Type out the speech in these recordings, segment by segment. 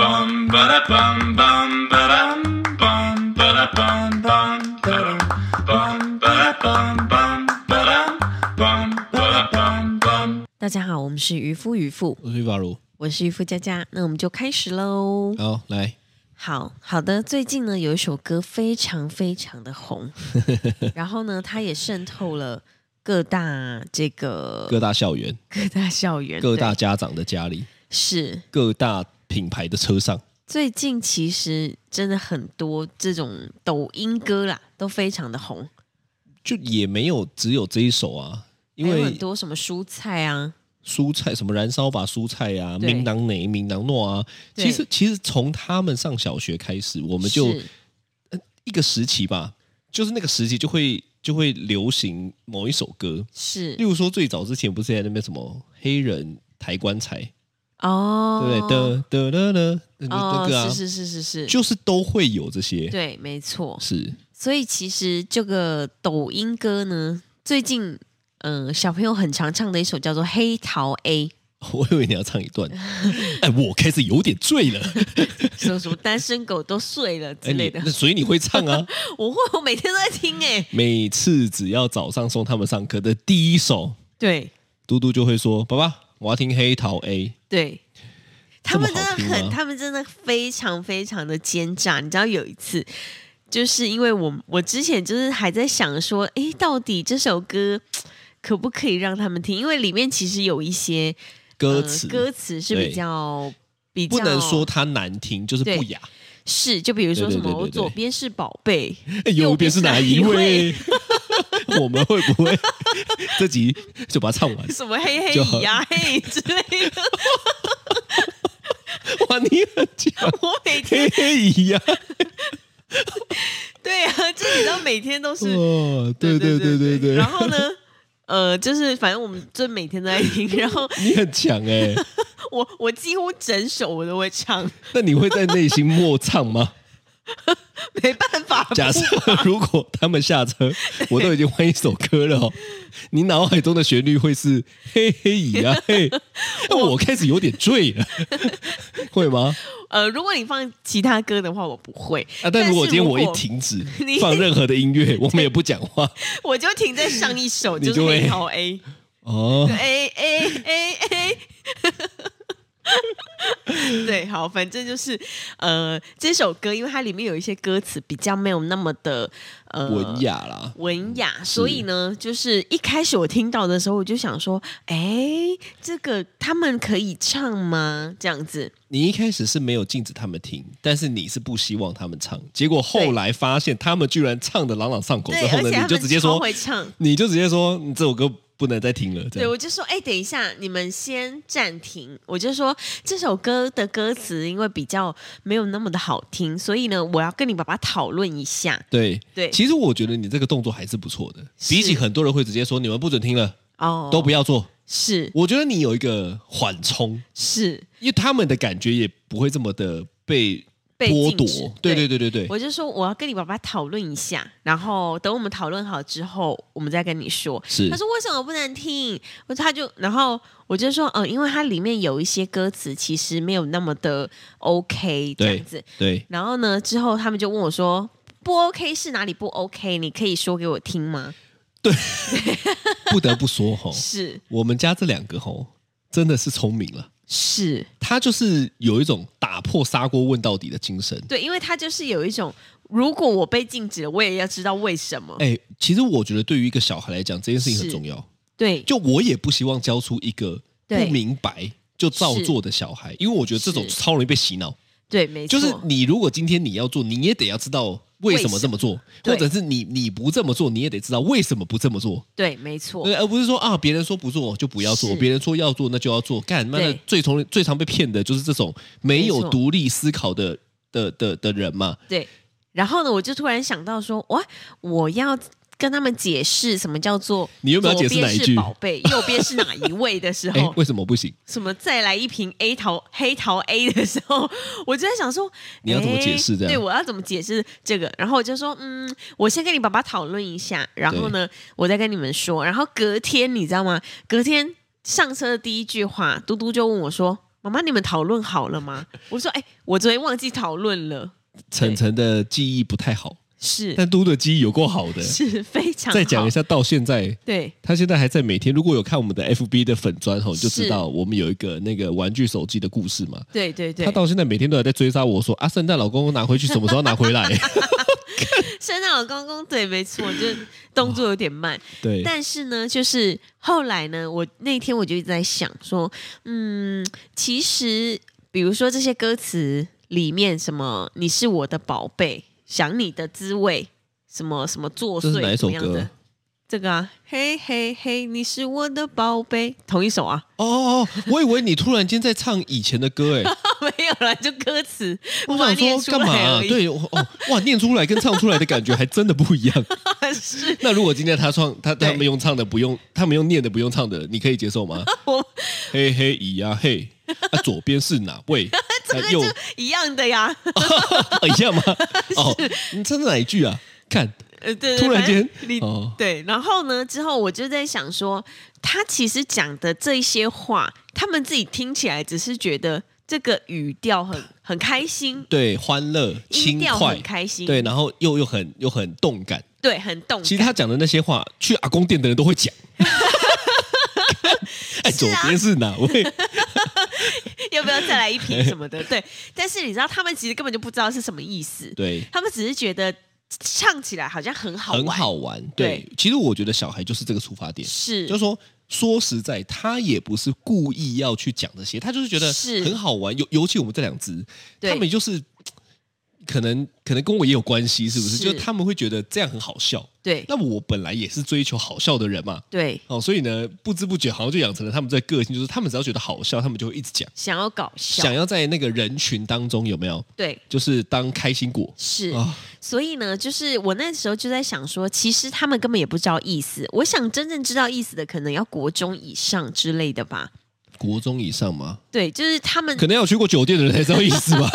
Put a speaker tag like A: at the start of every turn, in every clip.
A: bum ba da bum bum ba dum bum ba da bum bum ba dum bum ba da bum bum ba dum bum ba da bum bum.
B: 大家好，我们是渔夫渔妇，
C: 我是法如，
B: 我是渔夫佳佳，那我们就开始喽。
C: 好来，
B: 好好的，最近呢有一首歌非常非常的红，然后呢它也渗透了各大这个
C: 各大校园、
B: 各大校园，
C: 各大
B: 对
C: 家长的家里、
B: 是
C: 各大品牌的车上，
B: 最近其实真的很多这种抖音歌啦，都非常的红，
C: 就也没有只有这一首啊，因
B: 还有
C: 为
B: 很多什么蔬菜啊，
C: 蔬菜什么燃烧吧蔬菜啊，
B: 对
C: 明囊哪明囊诺啊，
B: 对
C: 其实其实从他们上小学开始，我
B: 我
C: 们就一个时期吧，就是那个时期就会就会流行某一首歌，
B: 是
C: 例如说最早之前不是在那边什么黑人抬棺材，
B: 哦，
C: 对不对？的的的的
B: 哦
C: 那个，啊
B: 是，是是是是，
C: 就是都会有这些，
B: 对，没错，
C: 是
B: 所以其实这个抖音歌呢，最近嗯、呃小朋友很常唱的一首叫做《黑桃 A》，
C: 我以为你要唱一段，哎，我开始有点醉 了，
B: 说什么单身狗都睡了之
C: 哎，
B: 类
C: 你
B: 的。
C: 那所以你会唱 啊？
B: 我会，我每天都在听哎、
C: 每次只要早上送他们上课的第一首，
B: 对
C: 嘟嘟就会说：“爸爸，我要听黑桃 A。
B: 对，他们
C: 这么
B: 真
C: 好
B: 的
C: 听
B: 很，
C: 吗
B: 他们真的非常非常的奸诈。你知道有一次，就是因为我我之前就是还在想说，诶，到底这首歌可不可以让他们听？因为里面其实有一些
C: 歌
B: 呃
C: 词
B: 歌词是
C: 对
B: 比较。比较
C: 不能说它难听，就是不雅。
B: 是，就比如说
C: 对
B: 什么，
C: 对对对
B: 我
C: 对
B: 左边是宝贝，
C: 哎右边是哪一位？ 我们会不会 这集就把它 唱完？
B: 什么黑 黑
C: 就
B: 椅啊，嘿之类的。
C: 哇，你很强，
B: 我每天
C: 嘿嘿一样。
B: 对啊，就你知道，每天都是，
C: 哦，对对对对对，
B: 然后呢，呃，就是反正我们就每天都在听，然后
C: 你很强哎。
B: 我我几乎整首我都会唱，
C: 那你会在内心默唱吗？
B: 没办法，
C: 假设如果他们 下车，我都已经换一首歌了哦，你脑海中的旋律会是嘿嘿 咦啊嘿，那我开始有点醉了，会吗？
B: 呃，如果你放其他歌的话，我不会
C: 啊，但如果
B: 是
C: 今天
B: 如
C: 我一
B: 果
C: 停止
B: 你
C: 放任何的 音乐，我们也不讲话
B: 我就停在上一首，
C: 你
B: 就是
C: 就会
B: 黑桃 A。
C: 哦。
B: 哎哎哎哎， 对，好，反正就是呃，这首歌因为它里面有一些歌词比较没有那么的呃
C: 文雅嗯啦，
B: 文雅，所以呢，就是一开始我听到的时候，我就想说，哎，这个他们可以唱吗？这样子，
C: 你一开始是没有禁止他们听，但是你是不希望他们唱，结果后
B: 对
C: 来发现他们居然唱的朗朗上口，
B: 对
C: 之，后
B: 而
C: 呢，
B: 且他
C: 你就
B: 们
C: 直接
B: 超
C: 说，
B: 会唱。
C: 你就直接说嗯这首歌不能再听了，这
B: 对，
C: 样
B: 我就说，哎、等一下，你们先暂停。我就说这首歌的歌词因为比较没有那么的好听，所以呢，我要跟你爸爸讨论一下。
C: 对
B: 对
C: 其实我觉得你这个动作还是不错的，
B: 是
C: 比起很多人会直接说你们不准听了，
B: 哦，
C: 都不要做。
B: 是
C: 我觉得你有一个缓冲，
B: 是，
C: 因为他们的感觉也不会这么的被
B: 被
C: 剥
B: 禁止
C: 夺。对对对对对，
B: 我就说我要跟你爸爸讨论一下，然后等我们讨论好之后，我们再跟你说。
C: 是
B: 他说为什么不能听？我他就然后我就说，嗯、因为它里面有一些歌词其实没有那么的 OK 这样
C: 对
B: 子。
C: 对。
B: 然后呢，之后他们就问我说：“不 OK 是哪里不 OK？你可以说给我听吗
C: 不得不说吼？”，
B: 是
C: 我们家这两个吼真的是聪明了，
B: 是，
C: 他就是有一种打破砂锅问到底的精神。
B: 对，因为他就是有一种，如果我被禁止了，我也要知道为什么。
C: 哎，其实我觉得对于一个小孩来讲，这件事情很
B: 哦是
C: 重要。
B: 对，
C: 就我也不希望教出一个
B: 对
C: 不明白就照做的小孩，因为我觉得这种
B: 是
C: 超容易被洗脑。
B: 对，没错，
C: 就是你如果今天你要做，你也得要知道为什么这么做，
B: 对
C: 或者是你你不这么做，你也得知道为什么不这么做，
B: 对，没错
C: 对，，而不是说啊别人说不做就不要做
B: 是，
C: 别人说要做那就要做。干妈的
B: 对
C: 最从最常被骗的就是这种没
B: 没
C: 有
B: 错
C: 独立思考的的的的人嘛。
B: 对。然后呢，我就突然想到说，哇，我要跟他们解释什么叫做
C: 你有没有解释哪
B: 左
C: 一
B: 边是
C: 句
B: 宝贝，右边是哪一位的时
C: 哎
B: 候，，
C: 为什么不行？
B: 什么再来一瓶 A 桃黑桃 A 的时候， 我就在想说，
C: 你要怎么解释
B: 诶
C: 这样
B: 对，我要怎么解释这个？然后我就说，嗯，我先跟你爸爸讨论一下，然后呢，我再跟你们说。然后隔天，你知道吗？隔天上车的第一句话，嘟嘟就问我说：“妈妈，你们讨论好了吗？” 我说：“哎、我昨天忘记讨论了。
C: 晨晨的记忆不太好，
B: 是”
C: 但嘟的记忆有够好 的。
B: 是非常
C: 再讲
B: 好
C: 一，下，到现在
B: 对，
C: 他现在还在每天，如果有看我们的 FB 的粉砖吼，你就是知道我们有一个那个玩具手机的故事嘛。
B: 对对对
C: 他，到现在每天都还在追杀我说啊，圣诞老公公拿回去什么时候拿 回来？
B: 圣诞老公公对，没错，就动作有点慢。
C: 对，
B: 但是呢，就是后来呢，我那天我就一直在想说，嗯，其实比如说这些歌词里面什么“你是我的宝贝”，想你的滋味，什么什么作
C: 这是
B: 祟
C: 哪
B: 怎
C: 一首
B: 么样
C: 歌
B: 的？？这个啊，嘿嘿嘿，你是我的宝贝，同一首啊，
C: 哦哦，哦我以为你突然间在唱以前的 歌哎，
B: 没有啦，就歌词，
C: 我
B: 把它
C: 想
B: 念
C: 说
B: 出
C: 干嘛
B: 来
C: 啊、
B: 而已，
C: 对，哦，哦哇，念出来跟唱出来的感觉还真的不一 样。
B: 是
C: 那如果今天他唱，他
B: 对
C: 他们用唱的不用，他们用念的不用唱的，你可以接受吗？
B: 我
C: 嘿嘿咦呀嘿，啊左边是哪 位？
B: 这个
C: 啊
B: 就
C: 右
B: 一样的呀，
C: 啊 一样吗？哦，你唱的哪一句啊？看，
B: 呃，对，对
C: 突然
B: 反正
C: 间
B: 你、
C: 哦
B: 对，然后呢，之后我就在想说，他其实讲的这一些话，他们自己听起来只是觉得这个语调很很开心，
C: 对，欢乐
B: 音
C: 轻
B: 调
C: 快
B: 很，开心，
C: 对，然后又又很又很动感。
B: 对，很动
C: 其
B: 感。
C: 实他讲的那些话，去阿公店的人都 会讲。哎，
B: 是
C: 左
B: 啊
C: 边是哪位？
B: 要不要再来一 瓶什么的？对，但是你知道，他们其实根本就不知道是什么意思，
C: 对，
B: 他们只是觉得唱起来好像很好玩，
C: 很好玩。对，其实我觉得小孩就是这个出发点，啊
B: 是，
C: 就是说。说实在，他也不是故意要去讲这些，他就是觉得
B: 是
C: 很好玩。尤尤其我们这两只，
B: 对
C: 他们就是可能可能跟我也有关系，是不是？
B: 是
C: 就是他们会觉得这样很好笑。
B: 对
C: 那我本来也是追求好笑的人嘛，
B: 对，
C: 哦，所以呢，不知不觉好像就养成了他们这个个性，就是他们只要觉得好笑，他们就会一直讲，
B: 想要搞笑，
C: 想要在那个人群当中有没有？
B: 对
C: 就是当开心果
B: 是。
C: 啊，
B: 所以呢，就是我那时候就在想说，其实他们根本也不知道意思。我想真正知道意思的，可能要国中以上之类的吧。
C: 国中以上吗？
B: 对，就是他们
C: 可能要有去过酒店的人才知道意思 吧，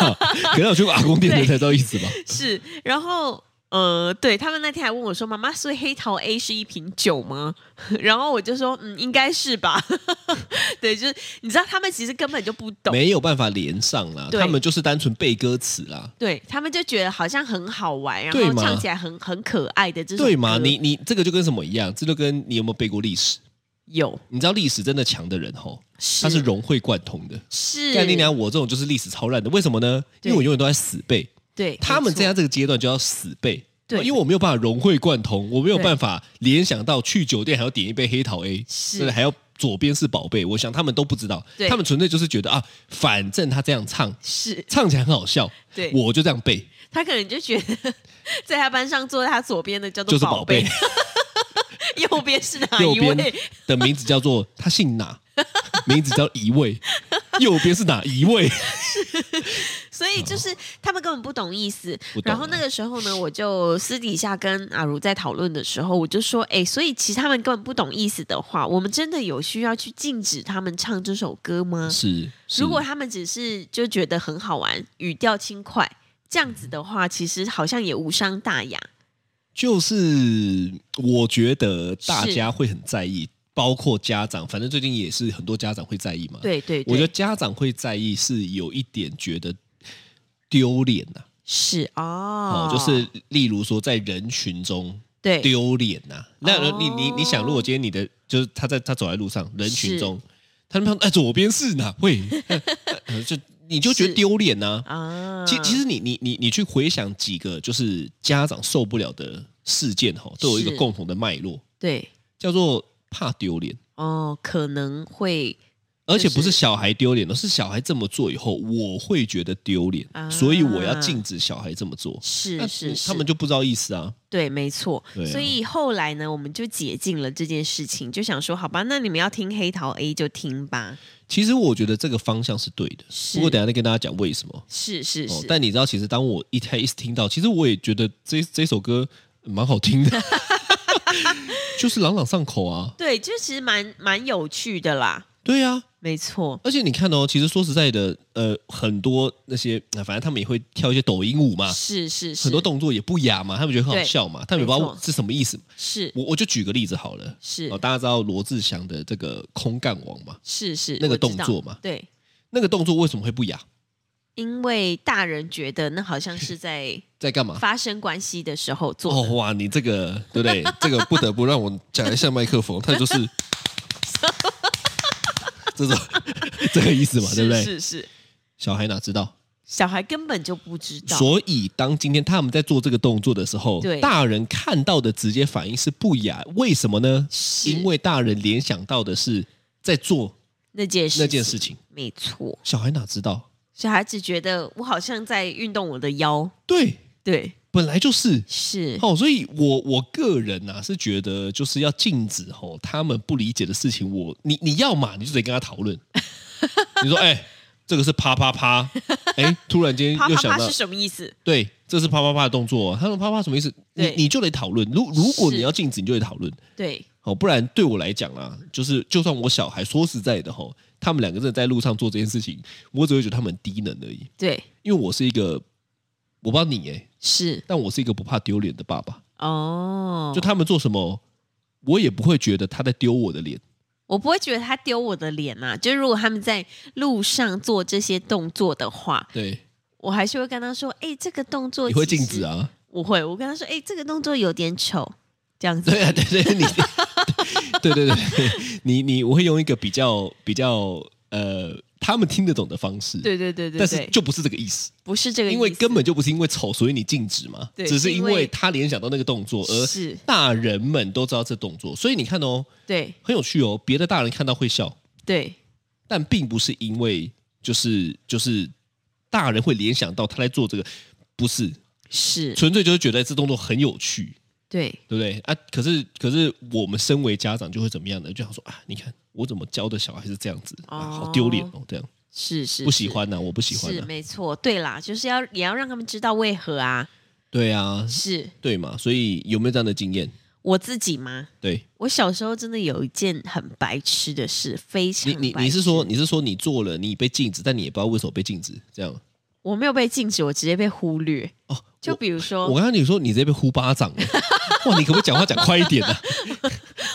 C: 可能要有去过阿公店的人才知道意思吧。
B: 是，然后呃，对他们那天还问我说：“妈妈，所以黑桃 A 是一瓶酒吗？” 然后我就说：“嗯，应该是吧。” 对，就是你知道，他们其实根本就不懂，
C: 没有办法连上啦，
B: 对
C: 他们就是单纯背歌词啦，
B: 对他们就觉得好像很好玩，然
C: 对
B: 后
C: 嘛
B: 唱起来很很可爱的这种歌。
C: 对嘛？你你这个就跟什么一样？这就跟你有没有背过历史？
B: 有
C: 你知道历史真的强的人吼，
B: 是
C: 他是融会贯通的。
B: 是
C: 概念，娘，啊我这种就是历史超烂的，为什么呢？
B: 对
C: 因为我永远都在死背。
B: 对
C: 他们
B: 没错
C: 在他这个阶段就要死背，
B: 对
C: 因为我没有办法融会贯通，我没有
B: 对
C: 办法联想到去酒店还要点一杯黑桃 A，
B: 是
C: 甚至还要左边是宝贝。我想他们都不知道
B: 对，
C: 他们纯粹就是觉得啊，反正他这样唱，
B: 是
C: 唱起来很好笑，
B: 对
C: 我就这样背，
B: 他可能就觉得 在他班上坐在他左边的叫
C: 就
B: 做
C: 是宝贝
B: 贝， 右边是哪
C: 右
B: 一
C: 边
B: 位？
C: 的名字叫做他姓 哪，名字叫一位，右边是哪一 位？
B: 所以就是他们根本不懂意思
C: 嗯不。懂啊
B: 然后那个时候呢，我就私底下跟阿如在讨论的时候，我就说：“哎，所以其实他们根本不懂意思的话，我们真的有需要去禁止他们唱这首歌吗？
C: 是，是
B: 如果他们只是就觉得很好玩，语调轻快。”这样子的话，其实好像也无伤大雅。
C: 就是我觉得大家会很在意，包括家长，反正最近也是很多家长会在意嘛。，
B: 对对对，
C: 嗯我觉得家长会在意是有一点觉得丢脸呐、
B: 是哦
C: 哦，就是例如说在人群中
B: 对
C: 丢脸呐、那
B: 哦
C: 你你你想，如果今天你的就是他在他走在路上，人群中，他们哎左边是哪 会，呃呃就你就觉
B: 是
C: 得丢脸呐、
B: 啊，
C: 其其实你你你你去回想几个就是家长受不了的事件哈，都有一个
B: 是
C: 共同的脉络，
B: 对
C: 叫做怕丢脸，
B: 哦，可能会
C: 而且
B: 是
C: 不是小孩丢脸，而是小孩这么做以后，我会觉得丢脸，
B: 啊
C: 所以我要禁止小孩这么做。
B: 是
C: 那
B: 是是，
C: 他们就不知道意思啊。
B: 对，没错。
C: 对啊
B: 所以后来呢，我们就解禁了这件事情，就想说，好吧，那你们要听黑桃 A 就听吧。
C: 其实我觉得这个方向是对的，
B: 是
C: 不过等一下再跟大家讲为什么。
B: 是是
C: 哦
B: 是，，
C: 但你知道，其实当我一开始听到，其实我也觉得这这首歌蛮好听 的，就是朗朗上口啊。
B: 对，就其实蛮蛮有趣的啦，
C: 对啊，
B: 没错，
C: 而且你看哦，其实说实在的，呃，很多那些，呃反正他们也会跳一些抖音舞嘛，
B: 是是是，
C: 啊很多动作也不雅嘛，他们觉得很好笑嘛，他们也不知
B: 没
C: 道
B: 错
C: 是什么意思。
B: 是
C: 我我就举个例子好了，哦
B: 是
C: 哦，大家知道罗志祥的这个空干王嘛，
B: 是是
C: 那个
B: 我知
C: 动
B: 道
C: 作嘛
B: 对
C: 那个动作为什么会不雅？
B: 因为大人觉得那好像是 在
C: 在干嘛？
B: 发生关系的时候做
C: 啊哦
B: 的，
C: 哇，你这个对 不对？这个不得不让我讲一下麦克风，它就是这种这个意思嘛，对不对？
B: 是是是，
C: 小孩哪知道？
B: 小孩根本就不知道，
C: 所以，当今天他们在做这个动作的时候
B: 对，
C: 大人看到的直接反应是不雅，为什么呢？
B: 是
C: 因为大人联想到的是在做
B: 那件事
C: 那件事情，
B: 没错，
C: 小孩哪知道？
B: 小孩子觉得我好像在运动我的腰，
C: 对，
B: 对，
C: 本来就是。
B: 是
C: 好、所以我我个人呐、啊、是觉得就是要禁止吼、他们不理解的事情我，你你要嘛你就得跟他讨 论，你说哎、这个是啪啪啪，哎、突然间
B: 啪
C: 又
B: 啪
C: 想
B: 啪
C: 到
B: 是什么意思？
C: 对，这是啪啪啪的动作、哦他说啪啪什么意思？你
B: 对
C: 你就得讨论，如如果
B: 是
C: 你要禁止，你就得讨论。
B: 对，
C: 哦，不然对我来讲啊，就是就算我小孩说实在的吼，他们两个真的在路上做这件事情，我只会觉得他们很低能而已。
B: 对，
C: 因为我是一个，我不知道你诶，
B: 是
C: 但我是一个不怕丢脸的爸爸。
B: 哦，
C: 就他们做什么，我也不会觉得他在丢我的脸。
B: 我不会觉得他丢我的脸呐、就如果他们在路上做这些动作的话，
C: 对，
B: 我还是会跟他说：“哎、这个动作
C: 你会
B: 其
C: 禁
B: 实
C: 止啊？
B: 我会，我跟他说：“哎、这个动作有点丑。”这样子，
C: 对啊，对对，你， 对对对，你你我会用一个比较比较呃，他们听得懂的方式。
B: 对对对对
C: 但
B: 对
C: 是就不是这个意思，
B: 不是这个意思，
C: 因为根本就不是因为丑，所以你禁止嘛，
B: 对
C: 只
B: 是
C: 是因
B: 因为
C: 为他联想到那个动作，而
B: 是
C: 大人们都知道这动作，所以你看哦，
B: 对
C: 很有趣哦，别的大人看到会笑，
B: 对
C: 但并不是因为就是就是大人会联想到他在做这个，不是，
B: 是，
C: 纯粹就是觉得这动作很有趣，
B: 对
C: 对不对啊？可是可是我们身为家长就会怎么样呢？就想说啊，你看我怎么教的小孩是这样子啊，
B: 哦
C: 好丢脸哦，这样
B: 是是
C: 不喜
B: 是
C: 欢呐、啊我不喜欢
B: 是
C: 呐、
B: 没错，对啦，就是要也要让他们知道为何啊。
C: 对啊，
B: 是
C: 对嘛，所以有没有这样的经验？
B: 我自己吗？
C: 对
B: 我小时候真的有一件很白痴的事，非常
C: 你你
B: 白
C: 你是
B: 痴
C: 说你是说你做了你被禁止，但你也不知道为什么被禁止这样
B: 我没有被禁止，我直接被忽略。
C: 哦？
B: 就
C: 我
B: 比如说，
C: 我刚刚你说你直接被呼巴掌 了，哇！你可不可以讲话讲快一点啊？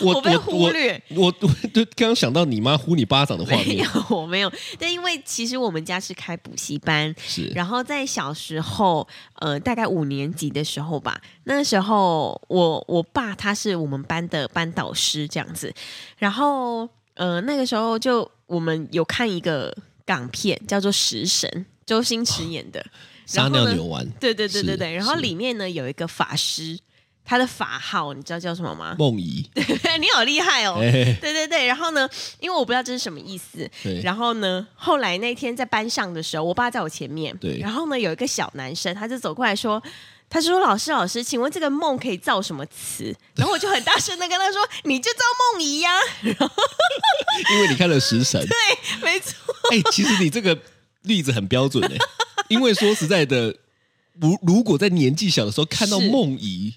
C: 我
B: 我被忽略
C: 我我我就刚刚想到你妈呼你巴掌的 画
B: 没
C: 面
B: 有，我没有。但因为其实我们家是开补习班，
C: 是
B: 然后在小时候，呃，大概五年级的时候吧，那时候我我爸他是我们班的班导师这样子，然后呃那个时候就我们有看一个港片叫做《食神》，周星驰演的，
C: 哦撒
B: 然后
C: 尿
B: 呢
C: 牛丸，
B: 对对对对
C: 是
B: 对，然后
C: 是
B: 里面呢有一个法师，他的法号你知道叫什么吗？
C: 梦遗，
B: 你好厉害哦！
C: 哎，
B: 对对对，然后呢，因为我不知道这是什么意思，
C: 对
B: 然后呢，后来那天在班上的时候，我爸在我前面，
C: 对
B: 然后呢，有一个小男生，他就走过来说。他就说：“老师，老师，请问这个梦可以造什么词？”然后我就很大声的跟他说：“你就造梦遗呀、
C: 因为你看了《食神》，
B: 对，没错，
C: 哎，其实你这个例子很标准哎，因为说实在的，如如果在年纪小的时候看到
B: 是
C: 梦遗，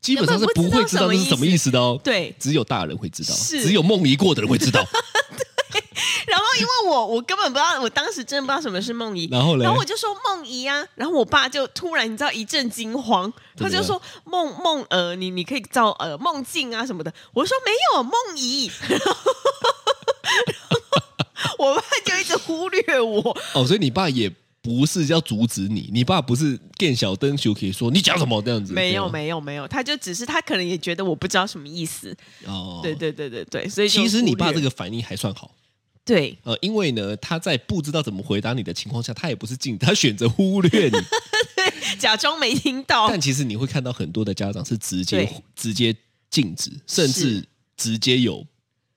C: 基本上是
B: 根本
C: 不
B: 不
C: 会知
B: 知
C: 道
B: 道
C: 这是什
B: 什
C: 么
B: 么
C: 意
B: 意
C: 思的哦。
B: 对。
C: 只有大人会知道，
B: 是
C: 只有梦遗过的人会知道。
B: 然后因为我我根本不知道，我当时真的不知道什么是梦遗。
C: 然后嘞
B: 然后我就说梦遗啊，然后我爸就突然你知道一阵惊慌，
C: 怎么
B: 他
C: 样
B: 就说梦梦呃，你你可以造呃梦境啊什么的。我说没有啊梦 遗，然后我爸就一直忽略我，
C: 哦，所以你爸也不是要阻止你，你爸不是见小灯就可以说你讲什么这样子，
B: 没有
C: 对吗
B: 没有没有，他就只是他可能也觉得我不知道什么意思，
C: 哦，
B: 对。对对对对，所以就
C: 其实你
B: 忽略
C: 爸这个反应还算好，
B: 对
C: 呃，因为呢，他在不知道怎么回答你的情况下，他也不是禁止， 他选择忽略 你。
B: 哦假装没听到
C: 但，其实你会看到很多的家长是直接
B: 对
C: 直接禁止，甚至直接有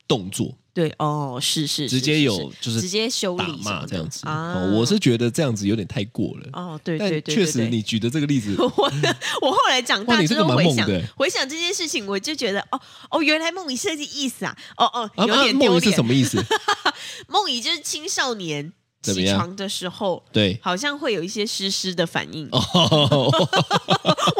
C: 动作，
B: 对哦，是是是
C: 直接
B: 是
C: 有
B: 是
C: 就是
B: 直接修
C: 打
B: 理什
C: 骂
B: 么
C: 这
B: 的
C: 样子。
B: 啊、
C: 哦，我是觉得这样子有点太过了。
B: 哦，对
C: 但
B: 对对，
C: 确
B: 对
C: 实，
B: 对
C: 你举的这个例子
B: 我的我后来长
C: 哇
B: 大
C: 你这
B: 之
C: 个
B: 后
C: 蛮
B: 回
C: 猛
B: 想
C: 的
B: 回想这件事情，我就觉得哦哦，原来梦遗设计意思啊，哦
C: 啊，
B: 哦，有
C: 啊
B: 点
C: 梦
B: 丢
C: 遗是
B: 脸。
C: 什么意思？
B: 梦遗就是青少年
C: 怎么
B: 起
C: 样
B: 床的时候，
C: 对，
B: 好像会有一些湿湿的反应，
C: 哦
B: 我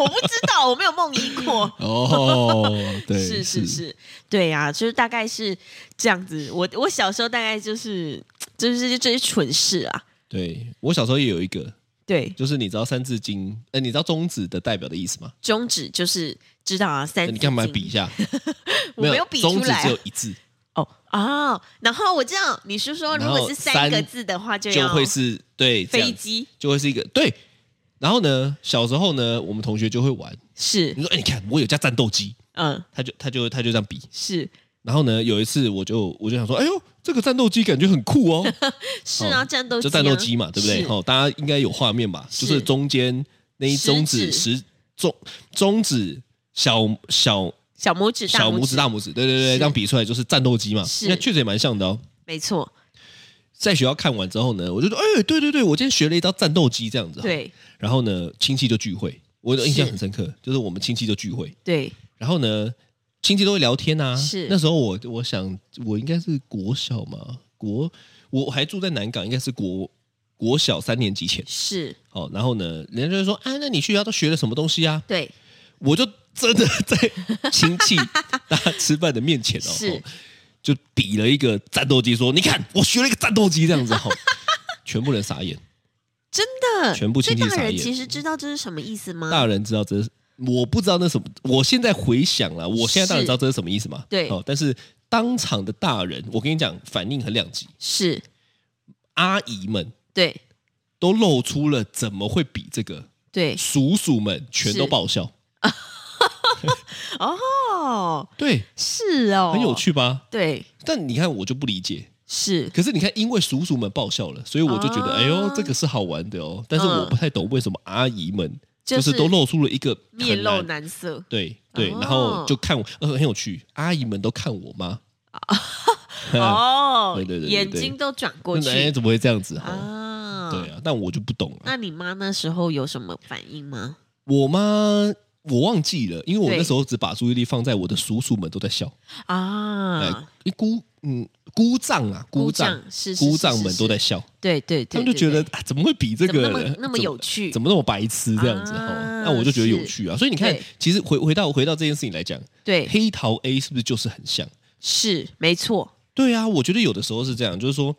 B: 不知道，我没有梦遗过。
C: 哦， 对，
B: 是是是，对呀、啊，就是大概是这样子。我我小时候大概就是就是这些蠢事啊，
C: 对我小时候也有一个，
B: 对，
C: 就是你知道《三字经》，呃，你知道中指的代表的意思吗？
B: 中指就是知道啊，三
C: 那
B: 字
C: 你
B: 经，
C: 干嘛比一下？
B: 我没有比出
C: 中指
B: 来啊
C: 只有一字，
B: 哦哦，然后我知道你是说，如
C: 然后
B: 果是三
C: 三
B: 个字的话，就
C: 就
B: 要
C: 会是对这样
B: 啊飞机
C: 就会是一个对。然后呢，小时候呢，我们同学就会玩，
B: 是
C: 你说哎，你看我有架战斗机，
B: 嗯
C: 他就他就他就这样比。
B: 是
C: 然后呢，有一次我就我就想说，哎呦，这个战斗机感觉很酷哦，
B: 是啊，
C: 哦
B: 战斗
C: 就
B: 啊
C: 战斗机嘛，对不对？
B: 是
C: 哦，大家应该有画面吧？
B: 是
C: 就是中间那一中指、
B: 食
C: 食中中指、小小
B: 小拇指、大
C: 小拇指、大拇指，对对对，
B: 是
C: 这样比出来就是战斗机嘛，
B: 是
C: 那确实也蛮像的哦。
B: 没错，
C: 在学校看完之后呢，我就说，哎，对对对，我今天学了一招战斗机这样子。。
B: 对
C: 然后呢，亲戚就聚会，我的印象
B: 是
C: 很深刻，就是我们亲戚就聚会，
B: 对
C: 然后呢，亲戚都会聊天啊。
B: 是
C: 那时候我我想我应该是国小嘛，国我还住在南港，应该是国国小三年级前。
B: 是，
C: 哦，然后呢，人家就会说啊，那你去学校都学了什么东西啊？
B: 对
C: 我就真的在亲 戚大家吃饭的面前哦，
B: 是
C: 就比了一个战斗机，说你看我学了一个战斗机这样子哈、哦，全部人傻眼，
B: 真的。
C: 全部
B: 所
C: 亲
B: 以
C: 戚
B: 大
C: 傻
B: 人
C: 眼
B: 其实知道这是什么意思吗？
C: 大人知道这是，我不知道那什么，我现在回想了，我现在当然
B: 是
C: 知道这是什么意思嘛。
B: 对
C: 哦，但是当场的大人，我跟你讲，反应很两极，
B: 是
C: 阿姨们
B: 对
C: 都露出了怎么会比这个，
B: 对
C: 叔叔们全都
B: 是
C: 爆笑，
B: 哦，
C: 对，
B: 是哦，
C: 很有，趣吧？
B: 对
C: 但你看我就不理解，
B: 是
C: 可是你看，因为叔叔们爆笑了，所以我就觉得，
B: 啊
C: 哎呦，这个是好玩的哦。但是我不太懂为什么阿姨们
B: 就
C: 就是是都露出了一个
B: 面露
C: 很难
B: 难色，
C: 对对，
B: 哦
C: 然后就看我，呃，很有趣，阿姨们都看我妈。
B: 哦，
C: 对对对对
B: 眼
C: 对
B: 睛都转过
C: 那哎，
B: 去
C: 怎么会这样子哈？
B: 啊，
C: 对啊，但我就不懂了。
B: 那你妈那时候有什么反应吗？
C: 我妈我忘记了，因为我
B: 对
C: 那时候只把注意力放在我的叔叔们都在笑，哎
B: 啊，，
C: 姑嗯姑丈啊，姑丈
B: 是是
C: 姑
B: 是
C: 丈
B: 是
C: 们
B: 是
C: 都在笑，
B: 对对对，
C: 他们就
B: 对
C: 觉得
B: 对
C: 啊怎么会比这
B: 怎么
C: 个
B: 那么那么
C: 怎
B: 有趣，
C: 怎么那么白痴这样子哈、
B: 啊
C: 那我就觉得有
B: 是
C: 趣啊。所以你看
B: 对，
C: 其实回回到回到这件事情来讲，
B: 对
C: 黑桃 A 是不是就是很像？
B: 是没错，
C: 对啊，我觉得有的时候是这样，就是说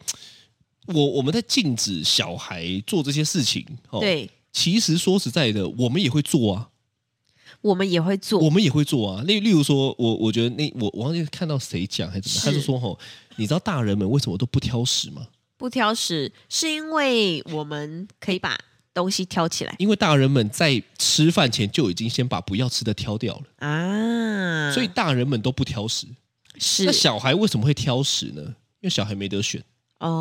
C: 我我们在禁止小孩做这些事情，哦，
B: 对
C: 其实说实在的，我们也会做啊，
B: 我们也会做
C: 我们也会做啊。例例如说，我我觉得那我我忘记看到谁讲还是怎么样，
B: 是
C: 他就说吼，你知道大人们为什么都不挑食吗？
B: 不挑食，是因为我们可以把东西挑起来
C: 因为大人们在吃饭前就已经先把不要吃的挑掉了，
B: 啊，
C: 所以大人们都不挑食。
B: 是
C: 那小孩为什么会挑食呢？因为小孩没得选。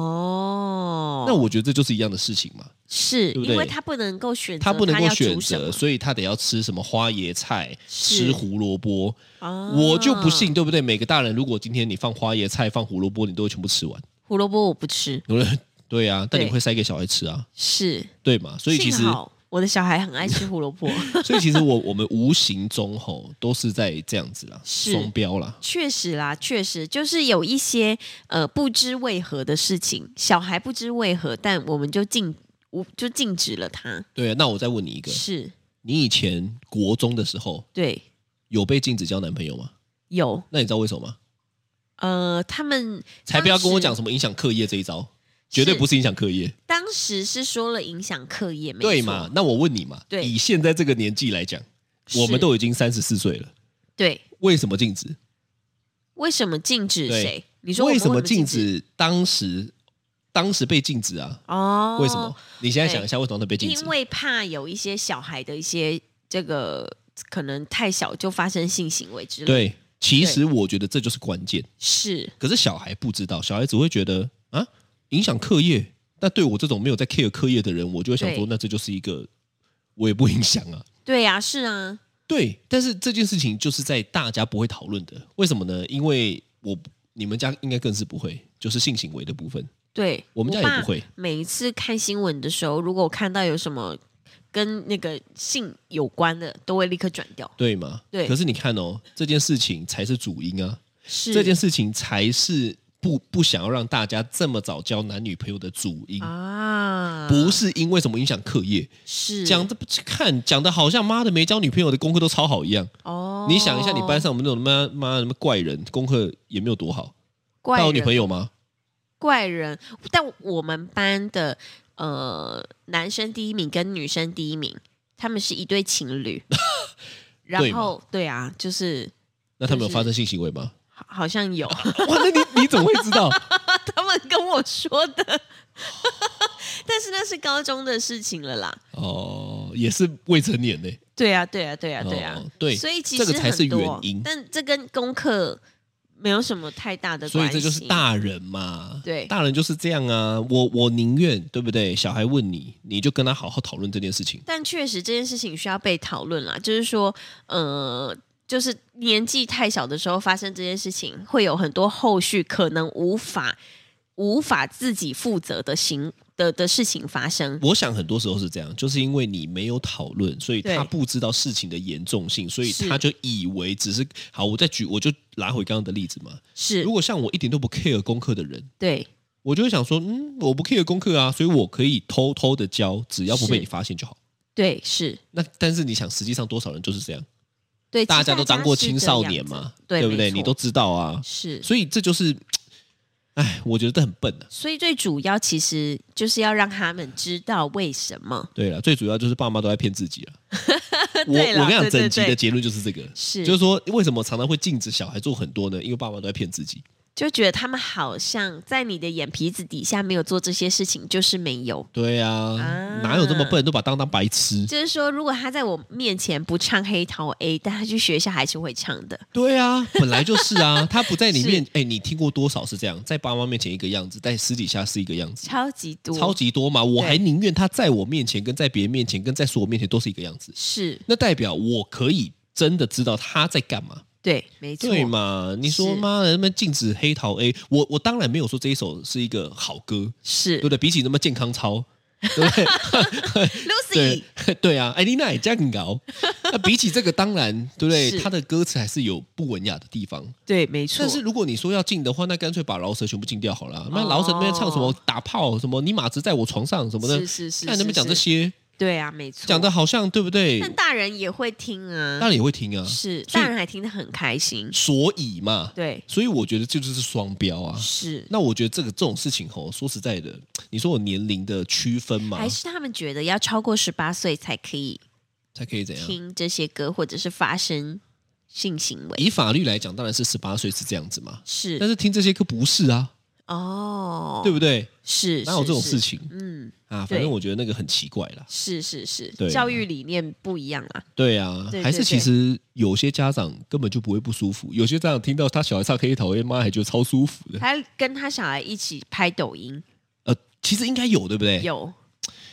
B: 哦，
C: 那我觉得这就是一样的事情嘛，
B: 是
C: 对不
B: 因为
C: 对
B: 他不能够选择，
C: 他不能够
B: 要
C: 选
B: 煮什
C: 择，
B: 么
C: 所以他得要吃什么花椰菜，
B: 是
C: 吃胡萝卜。
B: 啊
C: 我就不信，对不对？每个大人，如果今天你放花椰菜、放胡萝卜，你都会全部吃完，
B: 胡萝卜我不吃，
C: 对不对？对啊，但
B: 对
C: 你会塞给小孩吃啊，
B: 是，
C: 对嘛？所以其实
B: 幸，好我的小孩很爱吃胡萝卜，
C: 所以其实我我们无形中吼都是在这样子啦，
B: 是
C: 双标啦。
B: 确实啦，确实就是有一些呃不知为何的事情，小孩不知为何，但我们就禁无就禁止了他。
C: 对啊，那我再问你一个，
B: 是，
C: 你以前国中的时候
B: 对，
C: 有被禁止交男朋友吗？
B: 有
C: 那你知道为什么吗？
B: 呃，他们
C: 才不要跟我讲
B: 么，
C: 什么影响课业这一招，绝对
B: 是
C: 不是影响课业，
B: 当时是说了影响课业，没
C: 对
B: 错
C: 嘛？？那我问你嘛，
B: 对
C: 以现在这个年纪来讲，我
B: 是
C: 们都已经三十四岁了，
B: 对，
C: 为什么禁止？
B: 为什么禁止
C: 对
B: 谁？你说我
C: 为
B: 们
C: 什么禁
B: 禁？
C: 止？当时当时被禁止啊？
B: 哦，
C: 为什么？？你现在
B: 对
C: 想一下，为什么会被禁止
B: 因？为怕有一些小孩的一些这个可能太小就发生性行为之类的，
C: 对，其实我觉得这就是关键。
B: 是
C: 可是小孩不知道，小孩只会觉得啊，影响课业。那对我这种没有在 care 课业的人，我就会想
B: 对，
C: 说那这就是一个我也不影响啊。
B: 对呀、是啊，
C: 对，但是这件事情就是在大家不会讨论的，为什么呢？因为我你们家应该更是不会，就是性行为的部分，
B: 对，
C: 我们家
B: 爸
C: 也不会。
B: 每一次看新闻的时候，如果我看到有什么跟那个性有关的，都会立刻转掉。
C: 对吗？
B: 对
C: 可是你看哦，这件事情才是主因啊，
B: 是
C: 这件事情才是不不想要让大家这么早交男女朋友的主因，
B: 啊，
C: 不是因为什么影响课业。
B: 是
C: 讲的不看讲的好像妈的没交女朋友的功课都超好一样。
B: 哦。
C: 你想一下，你班上我们那种妈妈什么怪人，功课也没有多好，
B: 怪
C: 他
B: 人
C: 有女朋友吗？
B: 怪人，但我们班的呃男生第一名跟女生第一名，他们是一对 情侣。然后对啊，就是
C: 那他们有
B: 就是
C: 发生性行为吗？
B: 好好像 有，
C: 哇，那你你怎么会知道？
B: 他们跟我说的， 但是那是高中的事情了啦。
C: 哦，也是未成年呢、
B: 对啊，对啊，对啊，对啊，
C: 哦对
B: 所以其
C: 这
B: 实
C: 个才是
B: 很多
C: 原因
B: 但这跟功课没有什么太大的
C: 所
B: 关
C: 以
B: 系。
C: 这就是大人嘛，
B: 对
C: 大人就是这样啊。我我宁愿对不对？小孩问你，你就跟他好好讨论这件事情。
B: 但确实这件事情需要被讨论啦，就是说，呃，就是年纪太小的时候发生这件事情，会有很多后续可能无法无法自己负责的行的的事情发生。
C: 我想很多时候是这样，就是因为你没有讨论，所以
B: 对
C: 他不知道事情的严重性，所以
B: 是
C: 他就以为只是好。我再举，我就拿回刚刚的例子嘛。
B: 是
C: 如，果像我一点都不 care 功课的人，
B: 对，
C: 我就会想说，嗯，我不 care 功课啊，所以我可以偷偷的教，只要不被
B: 是
C: 你发现就好。
B: 对，是，
C: 那但是你想，实际上多少人就是这样？
B: 对，
C: 大
B: 其实
C: 家都当过
B: 是
C: 青
B: 这
C: 少
B: 样
C: 年
B: 子
C: 嘛，
B: 对
C: 不
B: 没
C: 对？
B: 错
C: 你都知道啊，
B: 是。
C: 所以这就是，哎，我觉得这很笨啊。
B: 所以最主要其实就是要让他们知道为什么
C: 对了，最主要就是爸妈都在骗自己 了。我
B: 对啦
C: 我跟你讲，
B: 对对
C: 整集的
B: 对
C: 结论就是这个，
B: 是，
C: 就
B: 就
C: 是说为什么常常会禁止小孩做很多呢？因为爸妈都在骗自己。
B: 觉得他们好像在你的眼皮子底下没有做这些事情，就是没有。
C: 对呀、
B: 啊
C: 哪有这么笨，都把当当白痴。
B: 就是说，如果他在我面前不唱黑桃 A，但他去学校还是会唱的。
C: 对啊，本来就是 啊，他不在你面，哎，你听过多少是这样，在爸妈面前一个样子，在私底下是一个样子，
B: 超级多，
C: 超级多嘛。我
B: 对
C: 还宁愿他在我面前，跟在别人面前，跟在所有面前都是一个样子。
B: 是
C: 那代表我可以真的知道他在干嘛，
B: 对，没错，
C: 对嘛？你说
B: 是
C: 妈的，他们禁止黑桃 A，我我当然没有说这一首是一个好歌，
B: 是
C: 对不对？比起那么健康操，对不对？
B: Lucy，
C: 对 对啊，哎，你那也这 样搞，那比起这个，当然对不对？
B: 是
C: 他的歌词还是有不文雅的地方。
B: 对，没错
C: 但，是如果你说要禁的话，那干脆把饶舌全部禁掉好了啊。
B: 哦
C: 那饶舌那边唱什么打炮，什么你马子在我床上什么的，
B: 是是是，
C: 看你们讲这
B: 是，
C: 些，
B: 对啊，没错，
C: 讲的，好像对不对？
B: 但大人也会听
C: 当
B: 啊，
C: 然也会听啊。
B: 是，
C: 所以
B: 大人还听得很开心，
C: 所以嘛，
B: 对，
C: 所以我觉得这就是双标啊。
B: 是，
C: 那我觉得这个这种事情吼，说实在的，你说我年龄的区分嘛，
B: 还是他们觉得要超过十八岁才可以
C: 才可以怎样？
B: 听这些歌，或者是发生性行为，
C: 以法律来讲，当然是十八岁是这样子嘛。但
B: 是
C: 是听这些歌不是啊，
B: 哦，
C: 对不对？
B: 是，
C: 哪有这种
B: 是
C: 事？情
B: 是嗯，
C: 啊？
B: 对
C: 反正我觉得那个很奇怪啦。
B: 是是是
C: 对啊，
B: 教育理念不一样啊，
C: 对啊，
B: 对
C: 还是
B: 对
C: 其实有些家长根本就不会不舒服，有些家长听到他小孩唱黑桃 A，妈还觉得超舒服的。
B: 他跟他小孩一起拍抖音，
C: 呃，其实应该有，对不对？
B: 有，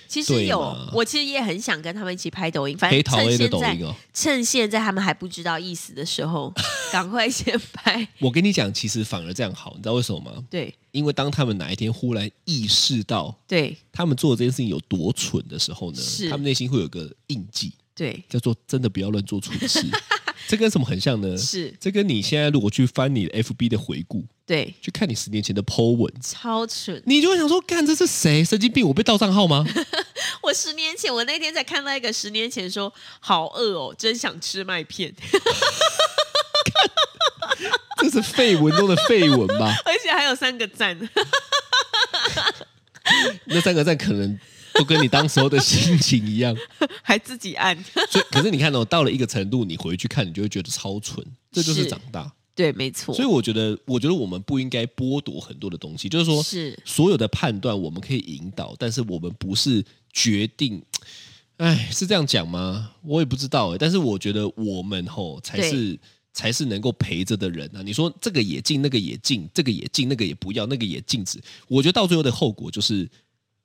B: 其实
C: 哎对
B: 有
C: 嘛，
B: 我其实也很想跟他们一起拍抖音，反
C: 黑
B: 正
C: 桃
B: 趁
C: A 的
B: 现
C: 抖
B: 在
C: 音哦。
B: 趁现在他们还不知道意思的时候，赶快先 拍，
C: 我跟你讲，其实反而这样好，你知道为什么吗？
B: 对
C: 因为当他们哪一天忽然意识到
B: 对
C: 他们做的这件事情有多蠢的时候呢，
B: 是
C: 他们内心会有个印记，
B: 对，
C: 叫做真的不要乱做蠢事。 这跟什么很像呢？
B: 是，
C: 这跟你现在如果去翻你的 FB 的回顾，
B: 对，
C: 去看你十年前的 Po 文，
B: 超蠢。
C: 你就会想说，干这是谁？神经病！我被盗账号吗？
B: 我十年前，我那天才看到一个十年前说好饿哦，真想吃麦片，
C: 这是绯闻中的绯闻吧？
B: 而且还有三个赞。
C: 那三个赞可能都跟你当时候的心情一样。
B: 还自己按。
C: 所以，可是你看哦，到了一个程度，你回去看，你就会觉得超蠢。这就是
B: 是
C: 长大。
B: 对，没错。
C: 所以我觉得，我觉得我们不应该剥夺很多的东西，就是说，
B: 是
C: 所有的判断我们可以引导，但是我们不是决定。哎，是这样讲吗？我也不知道哎，但是我觉得我们吼才
B: 对
C: 是才是能够陪着的人啊。你说这个也禁，那个也禁，这个也禁，那个也不要，那个也禁止。我觉得到最后的后果就是，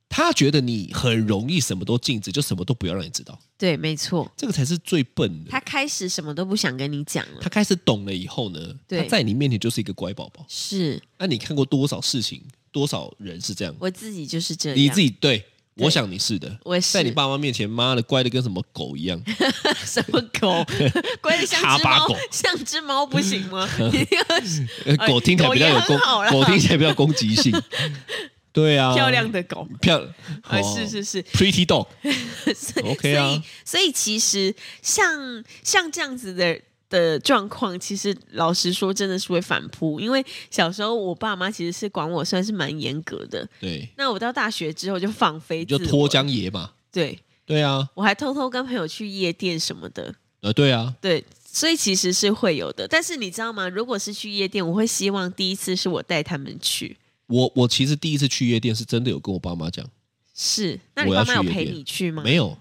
C: 他觉得你很容易什么都禁止，就什么都不要让你知道，
B: 对，没错。
C: 这个才是最笨的。
B: 他开始什么都不想跟你讲了
C: 他。开始懂了以后呢，
B: 对
C: 他在你面前就是一个乖宝宝。
B: 是
C: 那、你看过多少事情，多少人是这样？
B: 我自己就是这样。
C: 你自己对，
B: 对
C: 我想你是的。
B: 我是
C: 在你爸妈面前，妈的乖的跟什么狗一样，
B: 什么 狗？乖的像
C: 哈
B: 只
C: 巴
B: 猫
C: 狗，
B: 像只猫不行 吗？一定要是
C: 呃
B: 哎
C: 狗听起来比较有
B: 狗
C: 攻
B: 也很好，啦
C: 狗听起来比较攻击性。对啊，
B: 漂亮的狗。
C: 漂，
B: 啊，
C: 哦
B: 是是 是，
C: ，pretty dog，
B: 所以
C: OK 啊
B: 所以所以其实像像这样子的的状况，其实老实说真的是会反扑，因为小时候我爸妈其实是管我算是蛮严格的，
C: 对，
B: 那我到大学之后就放飞
C: 你
B: 自
C: 就
B: 我，
C: 脱缰野马。
B: 对
C: 对啊，
B: 我还偷偷跟朋友去夜店什么的，
C: 呃，对啊，
B: 对，所以其实是会有的。但是你知道吗？如果是去夜店，我会希望第一次是我带他们去。
C: 我我其实第一次去夜店是真的有跟我爸妈讲，
B: 是，那你
C: 我要
B: 爸妈有哦
C: 去夜
B: 陪
C: 店
B: 你去吗？
C: 没有，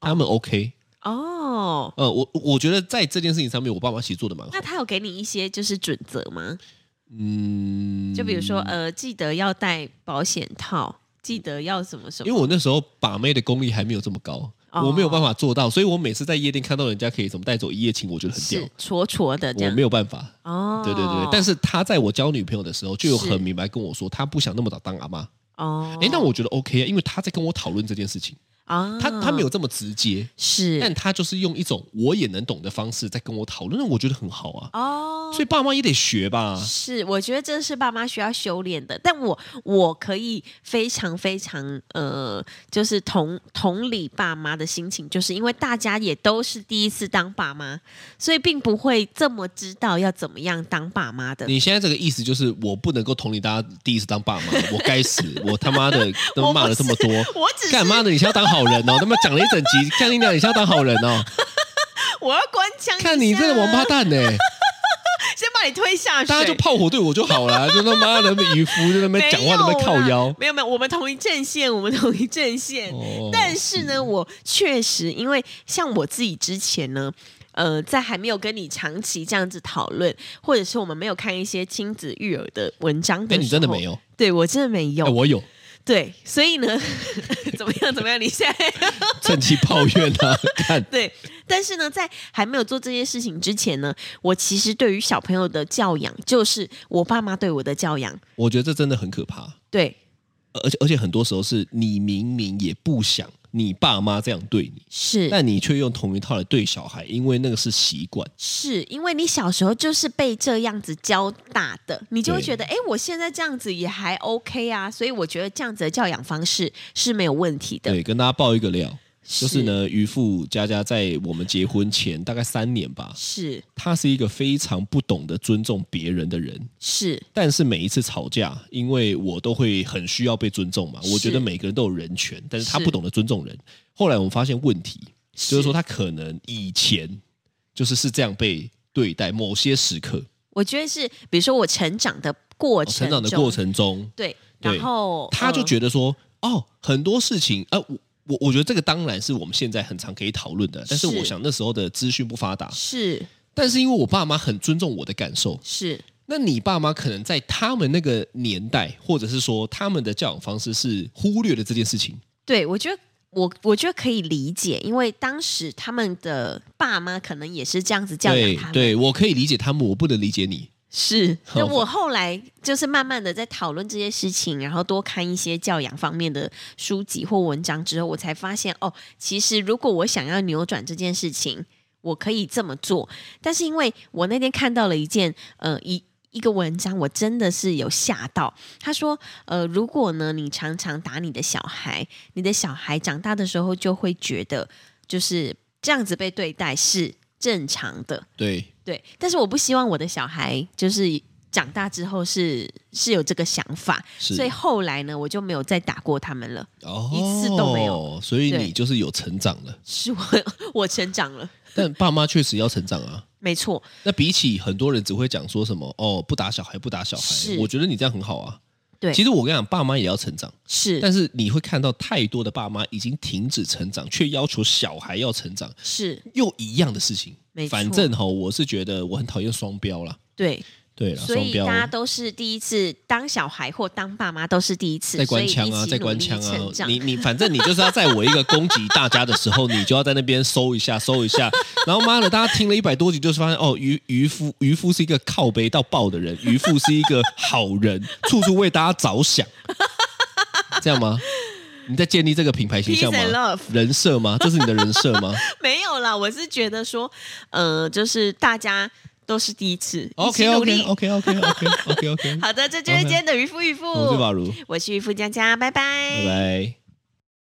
C: 他们 OK。
B: 哦。
C: 呃，我我觉得在这件事情上面，我爸妈其实做的蛮好
B: 那。他有给你一些就是准则吗？
C: 嗯，
B: 就比如说，呃，记得要带保险套，记得要什么什么。
C: 因为我那时候把妹的功力还没有这么高，
B: 哦
C: 我没有办法做到，所以我每次在夜店看到人家可以怎么带走一夜情，我觉得很
B: 是
C: 屌，
B: 戳戳的这
C: 我
B: 样。
C: 没有办法。
B: 哦，
C: 对对对，但
B: 是
C: 是他在我交女朋友的时候就有
B: 是
C: 很明白跟我说，他不想那么早当阿妈。
B: 哦，
C: 哎，那我觉得 OK 啊，因为他在跟我讨论这件事情，
B: 啊，
C: 他他没有这么直接，但
B: 是
C: 他就是用一种我也能懂的方式在跟我讨论，那我觉得很好啊。
B: 哦
C: 所，以爸妈也得学吧。
B: 是，我觉得这是爸妈需要修炼的，但我我可以非常非常呃，就是同同理爸妈的心情，就是因为大家也都是第一次当爸妈，所以并不会这么知道要怎么样当爸妈的。
C: 你现在这个意思就是我不能够同理大家第一次当爸妈，我该死，我他妈的
B: 我
C: 都
B: 不
C: 骂了这么多，
B: 是 我只是
C: 干妈的，你是要当好人哦！他妈讲了一整集，干你娘，你是要当好人 哦！
B: 我要关枪一下，
C: 看你这个王八蛋呢、欸
B: 啊先把你推下水，
C: 大家就炮火对我就好 了，就他妈的渔夫就在那边讲话，在那边靠
B: 啊没有
C: 腰。
B: 啦没有没有，我们同一阵线，我们同一阵线。
C: 哦
B: 但是呢，我确实因为像我自己之前呢。呃，在还没有跟你长期这样子讨论，或者是我们没有看一些亲子育儿的文章的时
C: 哎，
B: 候，
C: 你真的没？有？
B: 对我真的没有。
C: 哎，我有
B: 对，所以呢， 怎么样？怎么样？你现在
C: 趁机抱怨啊！ 看，
B: 对，但是呢，在还没有做这些事情之前呢，我其实对于小朋友的教养，就是我爸妈对我的教养。
C: 我觉得这真的很可怕，
B: 对，
C: 而且而且很多时候是你明明也不想你爸妈这样对你，
B: 是。
C: 但你却用同一套来对小孩，因为那个是习惯。
B: 是因为你小时候就是被这样子教大的，你就会
C: 对
B: 觉得，哎，我现在这样子也还 OK 啊，所以我觉得这样子的教养方式是没有问题的。
C: 对，跟大家爆一个料，就是是，呢，渔夫佳佳在我们结婚前大概三年吧，
B: 是
C: 他是一个非常不懂得尊重别人的人。
B: 是
C: 但是每一次吵架，因为我都会很需要被尊重嘛，
B: 是
C: 我觉得每个人都有人权，但是他
B: 是
C: 不懂得尊重人。后来我们发现问题，就是说他可能以前就是是这样被对待，某些时刻、
B: 我觉得是，比如说我成长的过程、
C: 哦成长的过，程中，
B: 对，
C: 对
B: 然后嗯
C: 他就
B: 得、
C: 觉得说，哦，很多事情，啊，我我我觉得这个当然是我们现在很常可以讨论的，但是
B: 是
C: 我想那时候的资讯不发达
B: 呃、，是
C: 但是因为我爸妈很尊重我的感受，
B: 是
C: 那你爸妈可能在他们那个年代，或者是说他们的教养方式是忽略了这件事情，
B: 对，我觉得我我觉得可以理解，因为当时他们的爸妈可能也是这样子教养
C: 对
B: 他们，
C: 对，我可以理解他们，我不能理解你。
B: 是，那
C: 好
B: 我后来就是慢慢的在讨论这些事情，然后多看一些教养方面的书籍或文章之后，我才发现哦，其实如果我想要扭转这件事情，我可以这么做。但是因为我那天看到了一件呃一一个文章，我真的是有吓到。他说，呃，如果呢你常常打你的小孩，你的小孩长大的时候就会觉得就是这样子被对待是正常的。
C: 对，
B: 对，但是我不希望我的小孩就是长大之后是是有这个想法，
C: 是
B: 所以后来呢，我就没有再打过他们了。
C: 哦，
B: 一次都没有，
C: 所以
B: 对
C: 你就是有成长了。
B: 是我我成长了，
C: 但爸妈确实要成长啊。
B: 没错，
C: 那比起很多人只会讲说什么哦，不打小孩，不打小
B: 是
C: 孩，我觉得你这样很好啊。
B: 对
C: 其实我跟你讲，爸妈也要成长，
B: 是
C: 但是你会看到太多的爸妈已经停止成长，却要求小孩要成长，
B: 是，
C: 又一样的事情
B: 没。错
C: 反正哈，我是觉得我很讨厌双标啦。
B: 对，
C: 对啦，
B: 所
C: 双
B: 以
C: 标
B: 大家都是第一次当小孩或当爸妈都是第一次，
C: 在官腔
B: 所以
C: 啊，
B: 一起
C: 在官
B: 努力
C: 腔啊
B: 成，长
C: 你你反正你就是要在我一个攻击大家的时候，你就要在那边搜一下搜 一下，然后妈的，大家听了一百多集，就是发现哦，渔渔夫渔夫是一个靠背到爆的人，渔夫是一个好 人，处处为大家着想，这样吗？你在建立这个品牌形象
B: Peace and
C: 吗
B: love？
C: 人设吗？这是你的人设 吗
B: 没有啦，我是觉得说，呃，就是大家都是第一次一
C: ？OK
B: 起努
C: OK
B: 力。
C: OK OK OK OK OK，
B: 好的，这就是今天的渔夫渔夫，
C: 我是宝如，
B: 我是渔夫佳佳，拜拜
C: 拜拜。